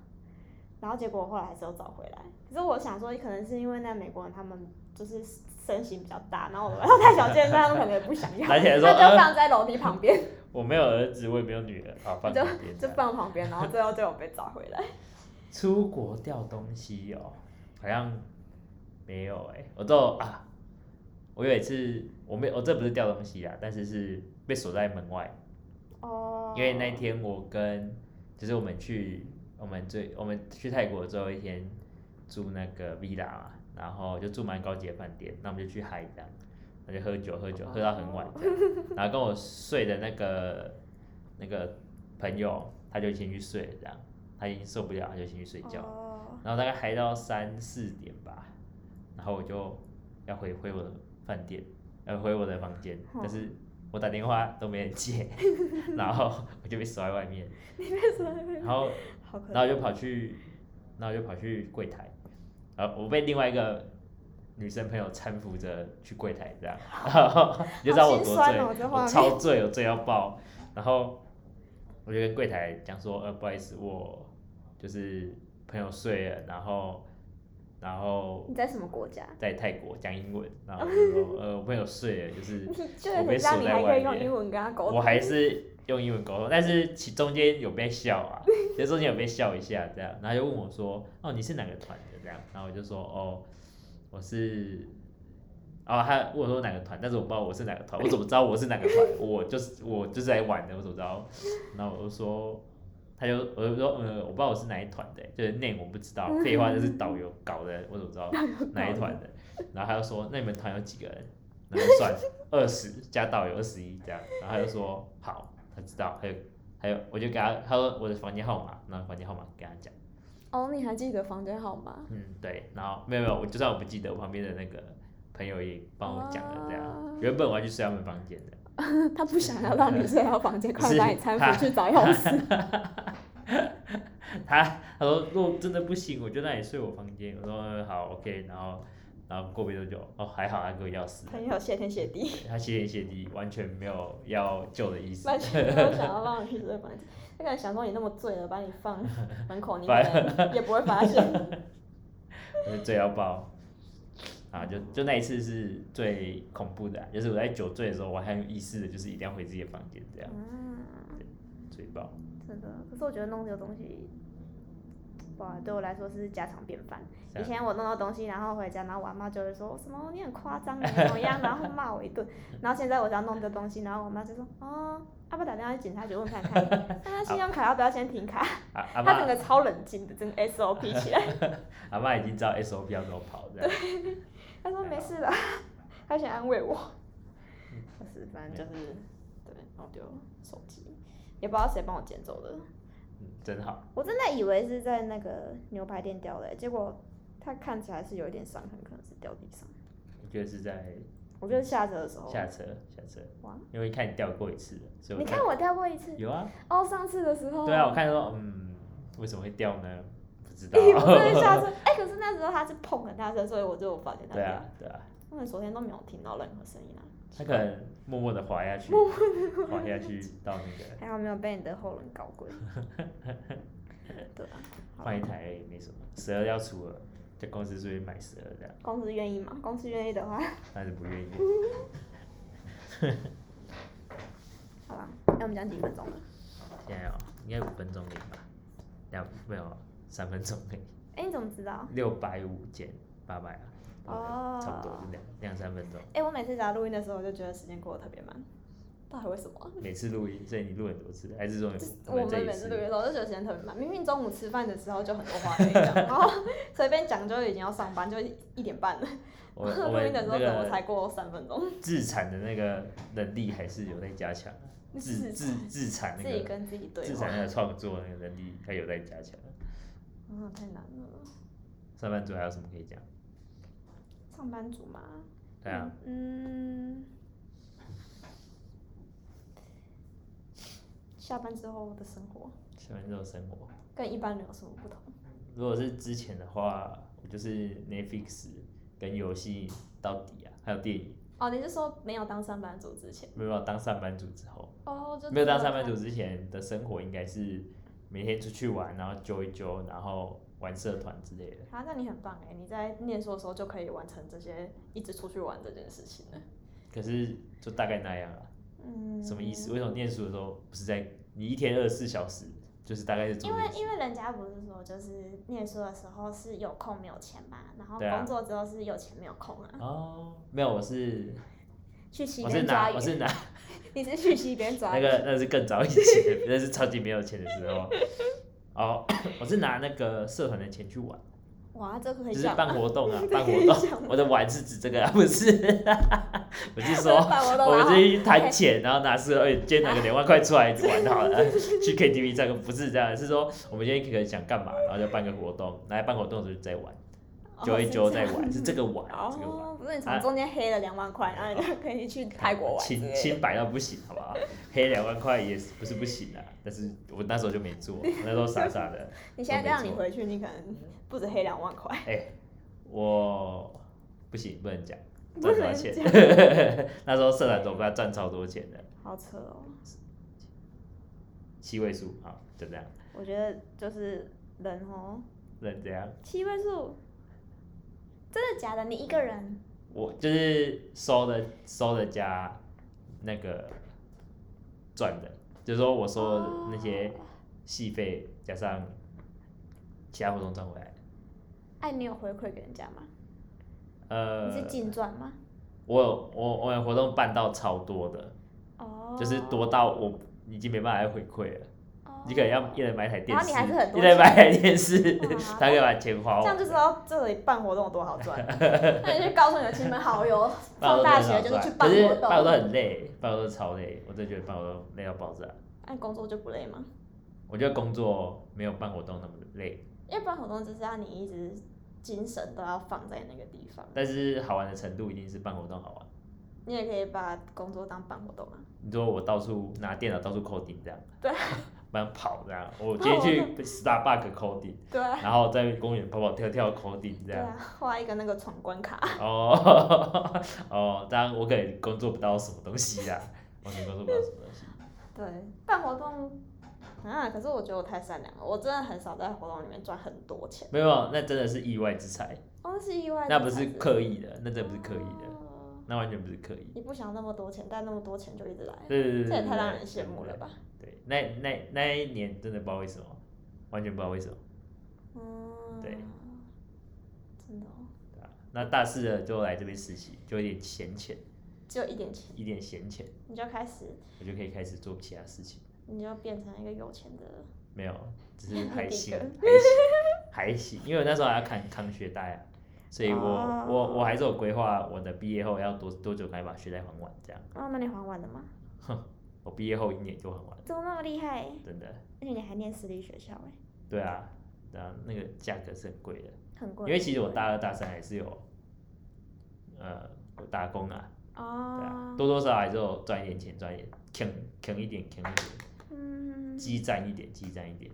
然后结果我后来还是有找回来。可是我想说，可能是因为那美国人他们就是身形比较大，然后我的外套太小件，所以他们可能也不想要，
拿起来说
他就
呃
放在楼梯旁边，
我没有儿子，我也没有女儿，啊好，放
就
旁边这
就
样。
放旁边，然后最后就有被找回来。
出国掉东西哦，好像没有哎、我都啊，我有一次我没我这不是掉东西啊，但是是被锁在门外，
哦，
因为那一天我跟就是我们去我们最我们去泰国最后一天住那个 villa 嘛，然后就住蛮高级的饭店，那我们就去海这样，那就喝酒喝酒喝到很晚这样，然后跟我睡的那个那个朋友他就先去睡了这样，他已经受不了，他就先去睡觉了。
哦，
然后大概嗨到三四点吧，然后我就要回回我的饭店，呃，回我的房间，
嗯
但是我打电话都没人接，然后我就被锁在外面，
你为什么会？
然后
好可
然后
怜。
我就跑去，然后我就跑去柜台，然后我被另外一个女生朋友搀扶着去柜台这样，然 后你就知道我多
好心
醉，
酸哦这画
我
面
超醉，我醉到爆。然后我就跟柜台讲说，呃，不好意思，我就是朋友睡了，然后然后
你在什么国家？
在泰国讲英文，然后就说，呃，我朋友睡了，就是
你 就
我被
很
锁
像你
在
还可
外
以用
面
英。文跟他沟
我
通。
还是用英文沟通，但是其中间有被笑啊， 就中间有被笑一下这样，然后他就问我说：“哦，你是哪个团的？”这样，然后我就说：“哦，我是……哦，他问我说哪个团，但是我不知道我是哪个 团，我怎么知道我是哪个团？我就是我就是来玩的，我怎么知道？”然后我就说。他就我就说，呃，我不知道我是哪一团的，就是那我不知 道，废话，这是导游搞的，我怎么知道 哪一团的？然后他就说，那你们团有几个人？然后就算二十加导游二十一这样，然后他就说好，他知道，还有还有，我就给他，他说我的房间号码，然后房间号码给他讲，
哦，你还记得房间号码？
嗯，对，然后没有没有，我就算我不记得，我旁边的那个朋友也帮我讲了这样，
啊
原本我要去睡他们房间的，
他不想要让你睡到房间，
不
快
是
把你搀
他
扶去找钥 匙。
他他说如果真的不行，我就让你睡我房间，我说呃好 OK，然后然后过没多久，哦还好他给我钥匙，
朋友谢天谢地。
他谢天谢地，完全没有要救的意思，
完全没有想要让你去这个房间，那个人想说你那么醉了，把你放门口，你可
反
能也不会发 现。
就是醉到爆。啊，就就那一次是最恐怖的啊、就是我在酒醉的时候，我还有意识的，就是一定要回自己的房间，这样
嗯，
醉爆。
这个可是我觉得弄这个东西，哇，对我来说是家常便饭。
这
以
样
前我弄到东西，然后回家，然后我妈就会说什么你很夸张，你怎么样，然后骂我一顿。然后现在我只要弄这个东西，然后我妈就说哦，要、不要打电话去警察局问看 看，看他信用卡要不要先停卡。
啊阿
她
妈
整个超冷静的，整个 SOP 起来。
阿妈已经知道 SOP 要怎么跑，这样
他
啊
说没事的， 他想安慰我。
嗯
就是反正就是对，然后就手机也不知道谁帮我捡走的，
嗯真好。
我真的以为是在那个牛排店掉的、欸结果它看起来是有一点伤痕，可能是掉地上。
我觉得是在
我就是下车的时候，
下车下车
哇，
因为看你掉过一次了，所以
你
我
看我掉过一次
有啊，
哦，上次的时候，
对啊，我看说嗯，为什么会掉呢？不 知道。
我真的 下车，哎、可是那时候它是砰很大声，所以我就发现它
对
掉。
啊对啊，
他们昨天都没有听到任何声音啊，
他可能默默的滑下去，滑下去到那个
还好没有被你的后轮搞鬼。 对啊，好
换一台而已，没什么。十二要出了，在公司随便买十二这样。
公司愿意吗？公司愿意的话，
但是不愿意。
好吧，那我们讲几分钟了？
现在哦，应该五分钟零吧，两没有三分钟零，
哎、你怎么知道？
六百五减八百啊，
哦
差不多是两两三分钟。
哎、我每次讲录音的时候，我就觉得时间过得特别慢，到底为什么啊？
每次录音，所以你录很多次，还是说
就是
你
我们
这一
每次录音的
次？
时候就觉得时间特别慢，明明中午吃饭的时候就很多话可以 讲，然后随便讲就已经要上班，就一点半了。
我 我
录
们
音的时候
那
怎么
个
才过三分钟？
自产的那个能力还是有在加强，自
自
自自产
自
那
己
个
跟自己对
自
话
产，那个创作那个能力还有在加强。
嗯，太难了。
上班族还有什么可以讲？
上班族嘛，
对啊，
嗯，下班之后的生活
下班之后生活。
跟一般人有什么不同？
如果是之前的话，我就是 Netflix 跟游戏到底啊，还有电影。
哦，你是说没有当上班族之前？
没有当上班族之后，
哦，就
没有当上班族。之前的生活应该是每天出去玩，然后揪一揪，然后玩社团之类的。
啊，那你很棒哎！你在念书的时候就可以完成这些一直出去玩这件事情了。
可是就大概那样啊，
嗯，
什么意思？为什么念书的时候不是在你一天二十四小时，就是大概是做
因
这
为
件事
因为人家不是说就是念书的时候是有空没有钱嘛，然后
对啊
工作之后是有钱没有空啊。
哦，没有，我是
去西
我是
边抓
拿我
鱼，
是拿
你是去西边抓
那
鱼？
个那是更早以前， 那是超级没有钱的时候。哦， 我是拿那个社团的钱去玩，
哇，这个可以
就是
讲
办活 动啊，办
可
活
以
动
讲。
我的玩是指这个啊，不是， 我是说
办活动
我们
然后
这去谈钱，然后拿出哎，今天拿个两万块出来就玩好 了，去 KTV 唱歌不是这样，是说我们今天可能想干嘛，然后就办个活动，来办活动的时候再玩，揪一揪 再哦玩，是这个玩，这个玩。
哦，不是你
啊
从中间黑了两万块，然后你就可以去泰国玩之
清
类的。
清白到不行，好不好？ 黑两万块也是不是不行啊，但是我那时候就没 做，我那时候傻傻的。
你现在
都没
让你
错
回去，你可能不止黑两万块。
哎我不行，不能讲，
不
赚
能
什么
讲
钱？ 那时候社团总办赚超多钱的，
好扯哦。
七位数，好，就这样，
我觉得就是人哦，
认这样。
七位数，真的假的？你一个人
我就是收的收的加那个赚的，就是说我收的那些
哦
戏费加上其他活动赚回来。
哎，你有回馈给人家吗？
呃
你，是净赚吗？
我有我我有活动办到超多的，
哦，
就是多到我已经没办法再回馈了。
哦
一个人要一人买台电
然后
视，
你还是很多
一人
钱
买台电 视
哇，
他可以把钱花
这样
完。
就知道这里办活动有多好赚。 那你去告诉你的亲朋好友，
办活动
上大
真的
学
好
就是去
赚
办
可是
活
办活动
动，
很累，办活动超累，我真的觉得办活动累到爆炸。
那你工作就不累吗？
我觉得工作没有办活动那么累，
因为办活动就是要你一直精神都要放在那个地方，
但是好玩的程度一定是办活动好玩。
你也可以把工作当办活动啊。
你说我到处拿电脑到处 coding 这样，
对，
不然跑这样，我今
那
天
我
去 Starbucks coding，
对啊，
然后在公园跑跑跳跳 coding 这
对
样，
啊，画一个那个闯关卡。
哦哦，当然我可能工作不到什么东西啦，我可能工作不到什么东西。
对，办活动啊，可是我觉得我太善良了，我真的很少在活动里面赚很多钱，
没有，那真的是意外之财，
哦，那是意外的
那不
才
是刻意的，那真的不是刻意的，
哦
那完全不是刻意。
你不想那么多钱，但那么多钱就一直来，
对对对对，
这也太
对
让人羡慕了？吧？
对对，对那那那一年真的不知道为什么，完全不知道为什么。
嗯，
对，
真的、哦，
对啊那大四的就来这边实习，就有点闲钱，
只有一点钱，
一点闲钱，
你就开始，
我就可以开始做其他事情。
你就变成一个有钱的人，
没有，只 是还行，
一个
还行，还行，因为我那时候还要看康学贷啊，所以我、
哦
我我还是有规划，我的毕业后要多多久才把学贷还完？这样，
哦，那你还完了吗？
我毕业后一年就还完，
怎么那么厉害？
真的。
而且你还念私立学校哎、
对啊，对啊，那个价格是很贵的，
很贵。
因为其实我大二大三还是有，呃，我打工啊，对啊
哦，，
多多少少还是有赚一点钱，赚一点，坑坑一点，坑一点。
嗯，
激战一点，激战一点。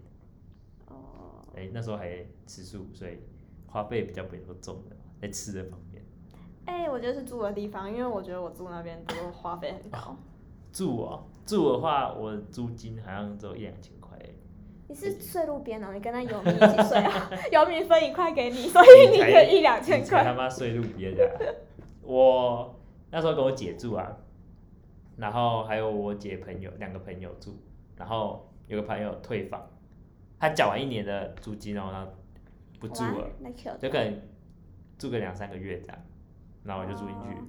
哦，
哎、那时候还吃素，所以花费比较不会那么重的，在吃的方面。
哎、我觉得是住的地方，因为我觉得我住那边都花费很高。
住哦，住的话，我租金好像只有一两千块而已，
你是睡路边哦，你跟那游民一起睡啊， 游民分一块给你，所以你
才
可以一两千
你才
块。
他妈睡路边的啊、我那时候跟我姐住啊，然后还有我姐朋友两个朋友住，然后有个朋友退房，他缴完一年的租金哦，然后不住啊了，
哇，那可
就可能住个两三个月这样，然后我就住进去，
哦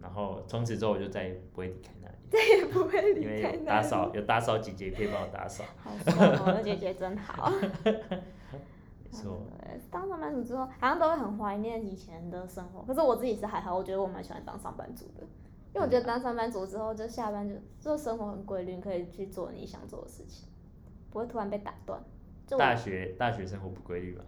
然后从此之后我就再也不会离开那里，
再也 不会
因为
离开
有
那
打
里。
扫有打扫姐姐可以帮我打扫，
好爽哦，那姐姐真 好。
没错，
对当上班族之后，好像都会很怀念以前的生活。可是我自己是还好，我觉得我蛮喜欢当上班族的，因为我
嗯
觉得当上班族之后，就下班就就生活很规律，你可以去做你想做的事情，不会突然被打断。就我
大学大学生活不规律嘛，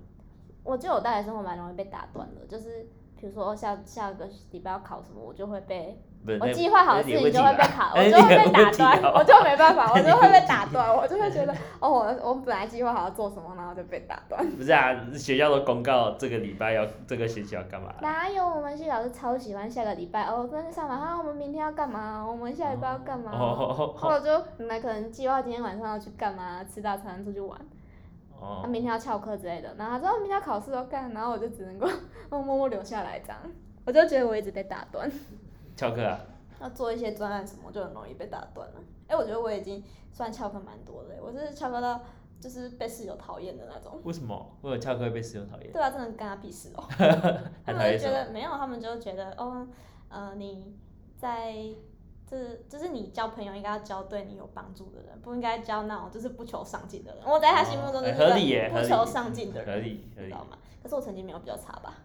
我觉得我大学生活蛮容易被打断的，就是比如说哦下下个礼拜要考什么，我就会被
不是
我
那
计划好
那
的
是
事
你的
情
问题
就会被
吧
卡，
那
我
是
就
你
会
的
被
问
打
题啊
断，
好
我
吧
就没办法，我
那
就
你
会被
问
打
题
断，我就会觉得哦，我我本来计划好要做什么，然后就被打断。
不是啊，学校都公告这个礼拜要这个学期要干嘛，
哪有我们系老师超喜欢下个礼拜哦，跟上班啊，我们明天要干嘛？我们下礼拜要干嘛？
哦
或者就你们可能计划今天晚上要去干嘛，吃大餐、出去玩，啊、
哦，
明天要翘课之类的。然后他说哦明天要考试要干，然后我就只能够 默默留下来这样。我就觉得我一直被打断，
翘课啊，
要做一些专案什么，就很容易被打断了。哎、我觉得我已经算翘课蛮多的，欸我是翘课到就是被室友讨厌的那种。
为什么我有翘课会被室友讨厌？
对啊，真的干他屁事哦。他
他
们
讨
就
厌
觉
什么？
得没有，他们就觉得哦，呃，你在就是就是你交朋友应该要交对你有帮助的人，不应该交那种就是不求上进的人。我在他心目中
哦
就
哎
是
合理耶，
不
合理
求上进的
合
人，
理合
你知
理
道吗？可是我成绩没有比较差吧？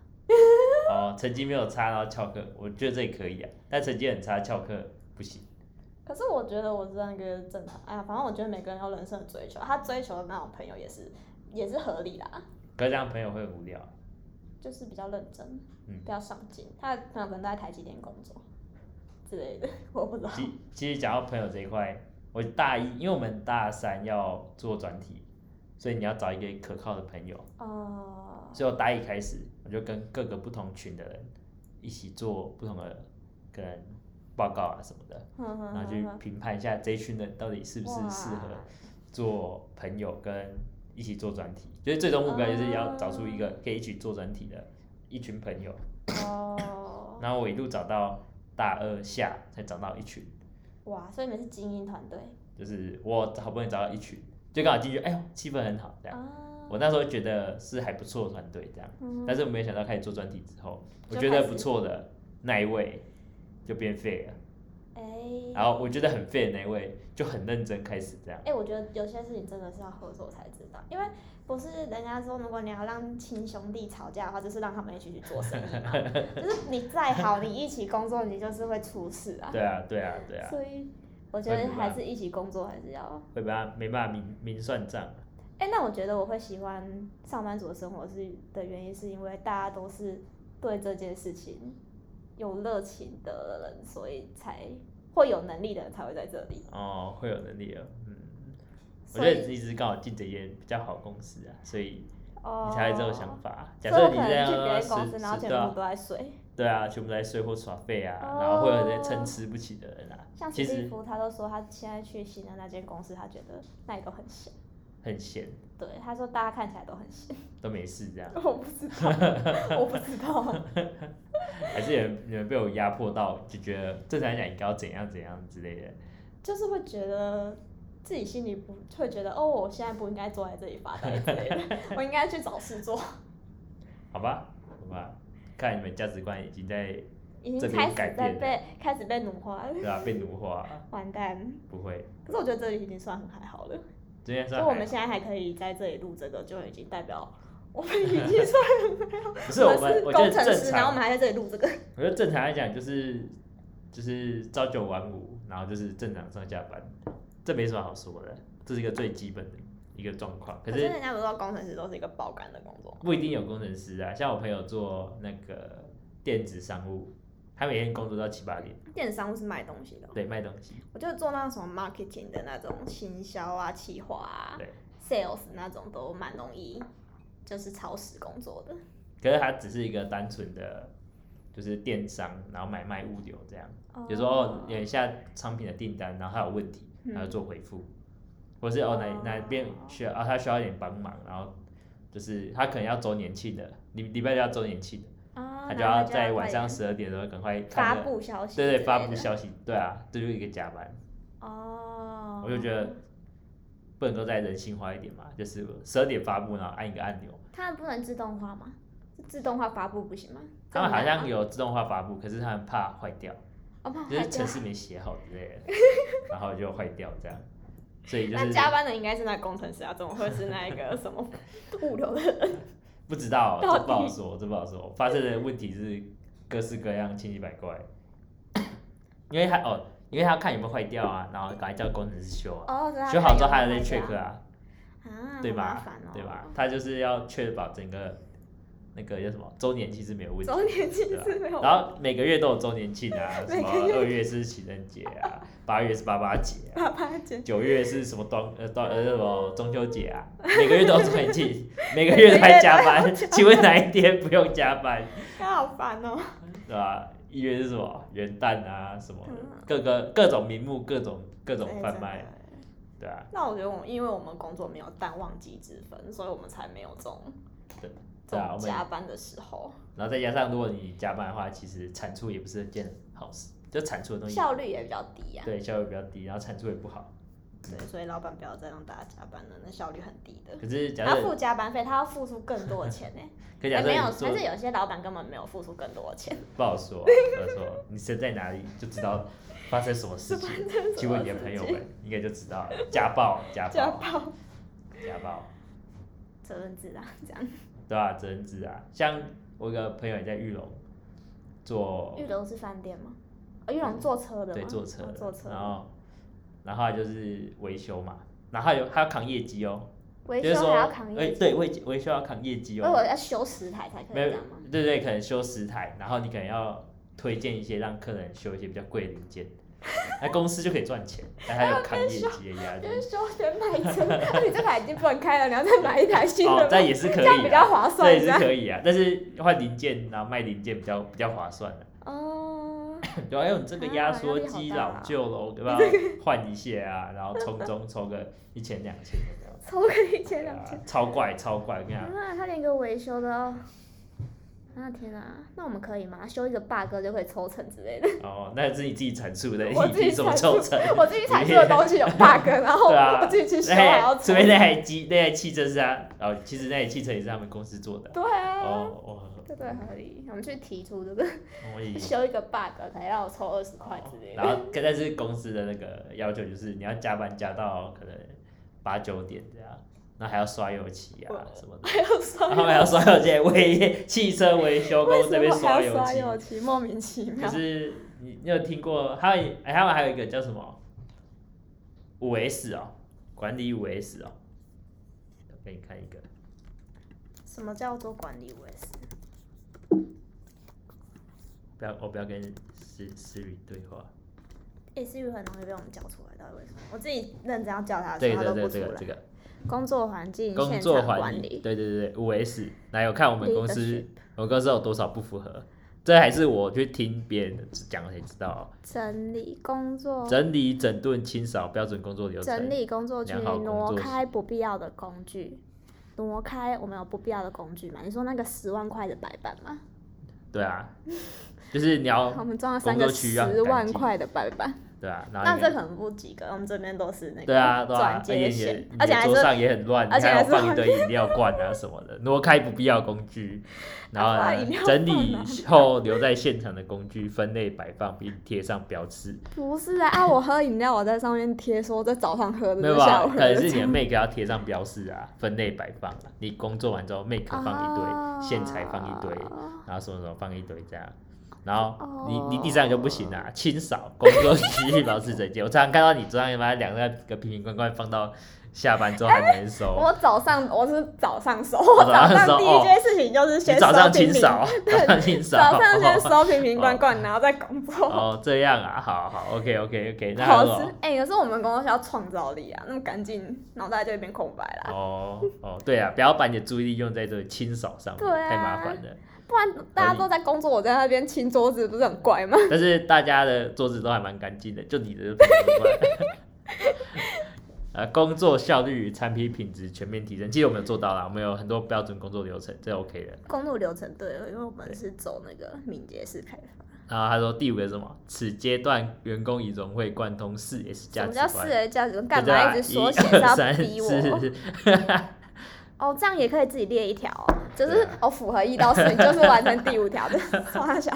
哦，成绩没有差然后翘课，我觉得这也可以啊，但成绩很差翘课不行。
可是我觉得我这样一个正常，哎呀，反正我觉得每个人有人生的追求，他追求的那种朋友也是也是合理啦，
可是这样朋友会很无 聊。
就是比较认真，
嗯
比较上进。他的朋友可能都在台积电工作之类的， 我不知道。
其其实讲到朋友这一块，我大一，因为我们大三要做专题，所以你要找一个可靠的朋友。
哦、
所以我大一开始，我就跟各个不同群的人一起做不同的可能报告啊什么的，
哼哼
然后
哼
去
哼
评判一下这一群人到底是不是适合
嗯哇
做朋友跟一起做专题，就是最终目标就是要
嗯
找出一个可以一起做专题的一群朋友。
哦，
然后我一路找到大二下才找到一群，
哇，所以你们是精英团队
就是我好不容易找到一群，就刚好进去，哎呦气氛很好这样。
啊，
我那时啊候觉得是还不错的团队这样，
嗯
但是我没想到开始做专题之后，我
就
觉得
开始
不错的那一位就变废了，
哎、
然后我觉得很废的那一位就很认真开始这样。
哎、我觉得有些事情真的是要合作才知道，因为不是人家说，如果你要让亲兄弟吵架的话，就是让他们一起去做生意嘛。就是你再好，你一起工作，你就是会出事啊。
对啊，对啊，对啊，
所以我觉得还是一起工作还是要。
会把它没办法明明算账。
哎、那我觉得我会喜欢上班族的生活是的原因，是因为大家都是对这件事情有热情的人，所以才会有能力的人才会在这里。
哦，会有能力的，嗯，我觉
所
得
以
你只是刚好进这间比较好的公司啊，所以
哦，
你才会这种想法啊。假
所以
设
我
你
可能
在
去别人公
十
司，然后
十
全
对
部
啊，
都在睡。
对啊，全部在睡或耍废啊，然后会有人在
哦
蹭吃不起的人啊，
像史
其
蒂
实
夫，他都说他现在去新的那间公司，他觉得那里都很闲。
很闲，
对，他说大家看起来都很闲。
都没事这样。
我不知道，我不知 道。
还是有人你们被我压迫到，就觉得正常来讲应该要怎样怎样之类的。
就是会觉得自己心里不会觉得，哦，我现在不应该坐在这里发呆之类的， 我应该去找事 做。
好吧，好吧，看你们价值观已经在
已
这
经
边
开始
改
在
变
被开始被奴化，
对吧、被奴化，
完蛋。
不会，
可是我觉得这里已经算很还好了，
今天
所
算
以
还
我们现在还可以在这里录这个，就已经代表我们已经算
不是我
是
们，我觉
工
得
程
正
师，然后我
常，
们还在这里录这个。
我觉得正常来讲就是就是朝九晚五，然后就是正常上下班，这没什么好说的，这是一个最基本的一个状况。可
可是
是
人家不是说工程师都是一个爆肝的工作吗？
不一定有工程师啊，像我朋友做那个电子商务，他每天工作到七八点，
电子商务是卖东西的，哦
对，卖东西，
我就做那种什么 marketing 的那种行销啊、企划啊
对、
sales 那种都蛮容易，就是超时工作的。
可是它只是一个单纯的，就是电商，然后买卖物流这样。比如说哦，有一下商品的订单，然后它有问题，
嗯
它就做回复，或是哦哪哪边需要啊，他需要一点帮忙，然后就是他可能要周年庆的，礼礼拜六要周年庆的，
啊，
他就
然后
要
就
在晚
快
上
点
十二点的时候赶快看
发
那个，
布消息之类
对
的，
对，发布消息，对啊，这就是一个加班，
哦，
我就觉得不能够再人性化一点嘛，就是十二点发布，然后按一个按钮，
他们不能自动化吗？自动化发布不行吗？
他们好
这
像
么
有自动化发布，可是他们怕坏掉。
难吗哦，
就是
那
程式没写好之类的，然后就坏掉这样，所以就
那
是
加班的应该是那工程师啊，怎么会是那一个什么 物流的人？
不知道，
到
这
底
不好说，这不好说，发生的问题是各式各样、千奇百怪，因为他哦，因为他要看有没有坏掉啊，然后赶快叫工程师修啊，
哦，所以他
修好之后
看
他
有
还
没
在
有卖
check
掉
啊，
啊，
对
好麻
吧
烦哦、
对吧？他就是要确保整个那个叫什么周年庆是没有问题的。
周年庆
对啊
是没有，
然后每个月都有周年庆啊，什
哦每
么
个
二月是情人节啊，八月是八八节啊，
把它剪
九月是什么端呃端呃什么中秋节啊？每个月都很 近，每个月都在加班。请问哪一天不用加班，
他好烦哦、
对吧？一月是什么元旦啊，什么的
嗯
各个各种名目，各种各种
对
贩
真
卖，
的
对啊，
那我觉得我们因为我们工作没有淡旺季之分，所以我们才没有这种这
对啊，
种
我们
加班的时候，
然后再加上如果你加班的话，其实产出也不是一件好事，就产出的东西
效率也比较低啊呀、
对效率比较低，然后产出也不好。
对，所以老板不要再让大家加班了，那效率很低的。
可是假
他
设
啊付加班费，他要付出更多的钱呢、
可假
哎
设
没有，
你
但
做
是有些老板根本没有付出更多 的钱。
不好说，啊不好说，你身在哪里就知道发生什么事情。去问你的朋友们，应该就知道了。家暴，家
家
暴，
暴，
家暴，
责任制啊，这样。
对吧、啊？责任制啊，像我有个朋友也在玉龙做
玉，龙是饭店吗？哦，玉龙坐车的吗？
嗯对，坐车
哦
的，
坐车
然
的。
后，然后他就是维修嘛，然后他有他要扛业绩哦，
维
就是
修
说，
还要扛
哎
业绩，
对，维维修要扛业绩
所以我
哦，
要修十台才可以
没有
这样吗？
对对，可能修十台，然后你可能要推荐一些让客人修一些比较贵的零件，那公司就可以赚钱，但 它有扛业绩的压力
就。是说人买车， 那你这台已经不能开了，你要再买一台新的
哦
吗，
但也是可
这
以
样比
啊，
较划
这
算，
也
这
是
样。
可以啊。但是换零件，然后卖零件比较比较划算啊的。
哦，
对啊，哎呦，你这个
啊
压
压
缩
力好
机
大
老
啊
旧了， 我要不要换一下啊？然后从中抽个一千两千的这样
超过一千
对
两千
啊，，超怪超怪，我跟你讲，
啊，他连个维修都要。啊天哪，那我们可以吗？修一个 bug 就可以抽成 之类的。
哦，那是你自己阐述的，
我
你
自己
怎么
阐
抽
述
成？
我自己产出的东西有 bug，然 后
对啊
我自己去修，还要
哎，除
抽。
非那台机那台汽车是他，哦，其实那台汽车也是他们公司做的。
对啊，
哦，我
这对合理。我们去提出这个
我以
修一个 bug 可以让我抽二十块之类
然
的。
后，但是公司的那个要求就是你要加班加到可能八九点这样，然后还要刷油漆啊什么的，
还要刷
然后还要刷油漆，维汽车维修
为
工
什
这边
么还要
油
刷
漆，
油漆？莫名其
就
妙。
是你你有听过？还有哎，他们还有一个叫什么五 S 哦，管理五 S 哦，我给你看一个，
什么叫做管理维斯？
不要我不要跟 Siri Siri 对话，
也是有很容易被我们叫出来，到底为什么？我自己认真要叫他的
这
时候，啊他
个
都
这
不
个这个
出来
这。个。
工作环境、
工
现
作
场
环
管
境，
理，
对对对，五 S，来有看我们公司
Leadership，
我们公司有多少不符合？这还是我去听别人讲的才知
哦
道、
整理工
哦。
作，
整理、整顿、清扫标准工作流
整
程，
理工作区
良好工，作
挪开不必要的工具，挪开我们有不必要的工具嘛？你说那个十万块的白板吗？
对啊，就是你 要
我们装了三个
工作区要很
十
干净
万块的白板，
对啊，然后
那
你
这可能不及格，我们这边都是那个
对啊对啊
转，
而且
接
你的
线
你，
而且
的
还
桌
是
上也很乱，你
而且
还
还
要
是
放一堆饮料罐啊什么的，挪开不必要的工 具，然后
还
呢
放饮料
整
罐
理
啊
后留在现场的工具分类摆放并贴上标志，
不是啊？啊，我喝饮料，我在上面贴说在早上喝的，
没有
这下
吧？
午喝
可
的
能是你的 make 要贴上标示啊，分类摆放啊。你工作完之后 make 放一
哦
堆，线材放一堆，
啊
然后什么什么放一堆这样。然后你你
哦
第三个就不行啊，清扫工作区域保持整洁。我常常看到你桌上他妈两个个瓶瓶罐罐放到下班之后还没人收，
我早上我是早上收，我早
早上
上
收
第
哦
一件事情就是
你
先
早
收
上
瓶
清
瓶，
扫，哦早上清扫，
早上先 收瓶瓶罐罐，然后再工作。
哦这样啊，好好 OK OK OK，那
好
很
吃 哎、可是我们公司要创造力啊，那么干净，脑袋就一片空白啦。
哦哦对啊，不要把你的注意力用在这个清扫上面，
对啊
太麻烦了。
不然大家都在工作，我在那边清桌子，不是很怪吗？
但是大家的桌子都还蛮干净的，就你的就不习惯。呃，工作效率与产品品质全面提升，其实我们有做到啦，我们有很多标准工作流程，这 OK 的。
工作流程对，因为我们是走那个敏捷式开发。
然后他说第五个是什么？此阶段员工以融会贯通四 S 价
什
值
么叫四
观。
人价值
对
观？干
对啊
嘛一直缩写
一
是
二
要
三
逼我？
四，
哦，这样也可以自己列一条、哦，就
对
是、
啊
哦符合一到四，你就是完成第五 条的，超小。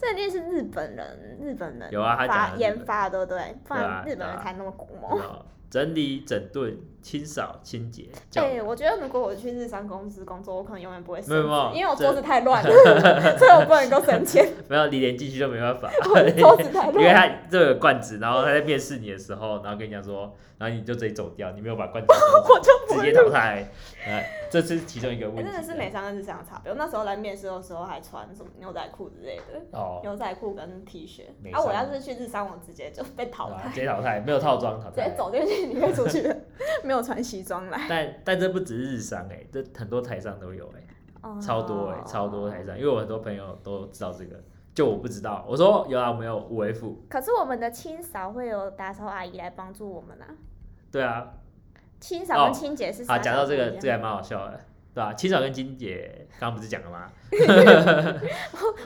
这一定是日本人，日本人
有啊他讲
发
的日本
研发的，对不对？不
对啊
然日本
对
人
啊
才那么古哦
有没
猛。
有整理、整顿、清扫、清洁。教
对，我觉得如果我去日商公司工作，我可能永远不会升
没有没有
职，因为我
这
桌子 太乱了， 所以我不能够升迁。
没有，你连进去都没办法。
我的桌子太
因为
乱，
他这个罐子，然后他在面试你的时候，然后跟你讲说，然后你就直接走掉，你没有把罐子收
我就
走，
不
直
会
接淘汰。呃，这是其中一个问
哎真
题。
的是美商跟日商的差别。我那时候来面试的时候还穿什么牛仔裤之类的，
哦，
牛仔裤跟 T 恤
美。
啊，我
商
要是去日商，我直接就被淘
对啊
汰
直。接淘汰，没有套装淘
直
汰
接。走进去，你可以出去的， 没有穿西装来。
但但这不只是日商哎、这很多台上都有哎、
哦
超多哎、超多台上，因为我很多朋友都知道这个，就我不知道。我说有啊，我们有五 F，
可是我们的清扫会有打扫阿姨来帮助我们啊，
对啊。
清扫跟清洁是啥
好，哦啊讲到这个，
不一样
这个还蛮好笑的，对吧、啊？清扫跟金姐刚刚不是讲了吗？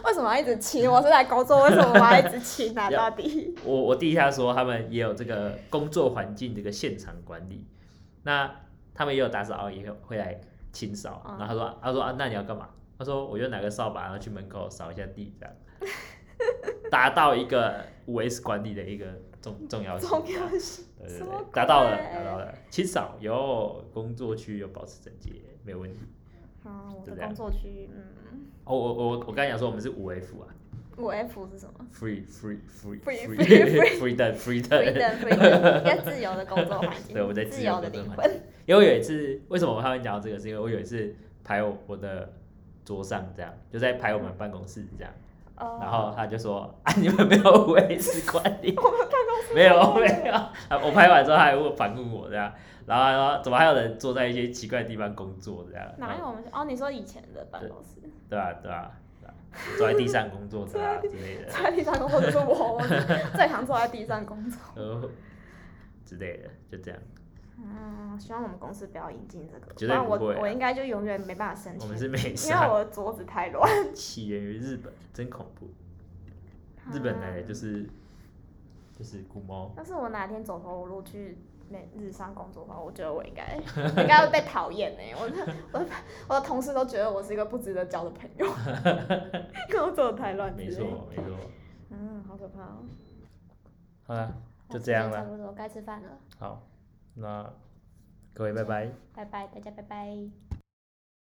为什么要一直清？我是来工作，为什么我要一直清 啊？
要
到底？
我我弟他说他们也有这个工作环境这个现场管理，那他们也有打扫，也有会来清扫。
嗯
然后他说他说啊，那你要干嘛？他说我就拿个扫把，然后去门口扫一下地，这样达到一个五 S 管理的一个重重要性。
重要是
对对
什
对
么，
达到了，
鬼
达到了。清扫有工作区有保持整洁，没有问题。
啊，我
就
的
这样
工作区，嗯，
哦，我我我刚才讲说我们是五 F 啊
我 F 是 什么
，free free free
Free-
free freedom freedom。
？freedom freedom，一个自由的工作环境，
对，我在
自
由
由
的
的
这个
灵
环
魂。
境因为我有一次，为什么我他们讲到这个？是因为我有一次排我我的桌上这样，就在排我们办公室这样，
哦
然后他就说啊你们没有五 S 管理，
我们办公室
没有没有，啊我拍完之后他还问反问我这样，然后他说怎么还有人坐在一些奇怪的地方工作这样，
哪有我们哦？你说以前的办公室，
对吧、对吧、啊对吧坐在地上工 作的啊之类的，
坐在地上工作就是我，我最常坐在地上工作。
呃之类的，就这样。
嗯，希望我们公司不要引进这个，
绝
不
对
然我
不会啊
我应该就永远没办法升
我
迁
们，是美
因为
沙，
我的桌子太乱。
起源于日本，真恐怖。日本来的就是就是古猫，
但是我哪天走投无路去美日商工作的话，我觉得我 应该我应该会被讨厌哎！我的我的我的同事都觉得我是一个不值得交的朋 友， 因为我走的太乱。
没错。没错。
嗯，好可怕哦。
好了，就这样
那差
了。
不多该吃饭了，
好，那各位拜拜。
拜拜，大家拜拜。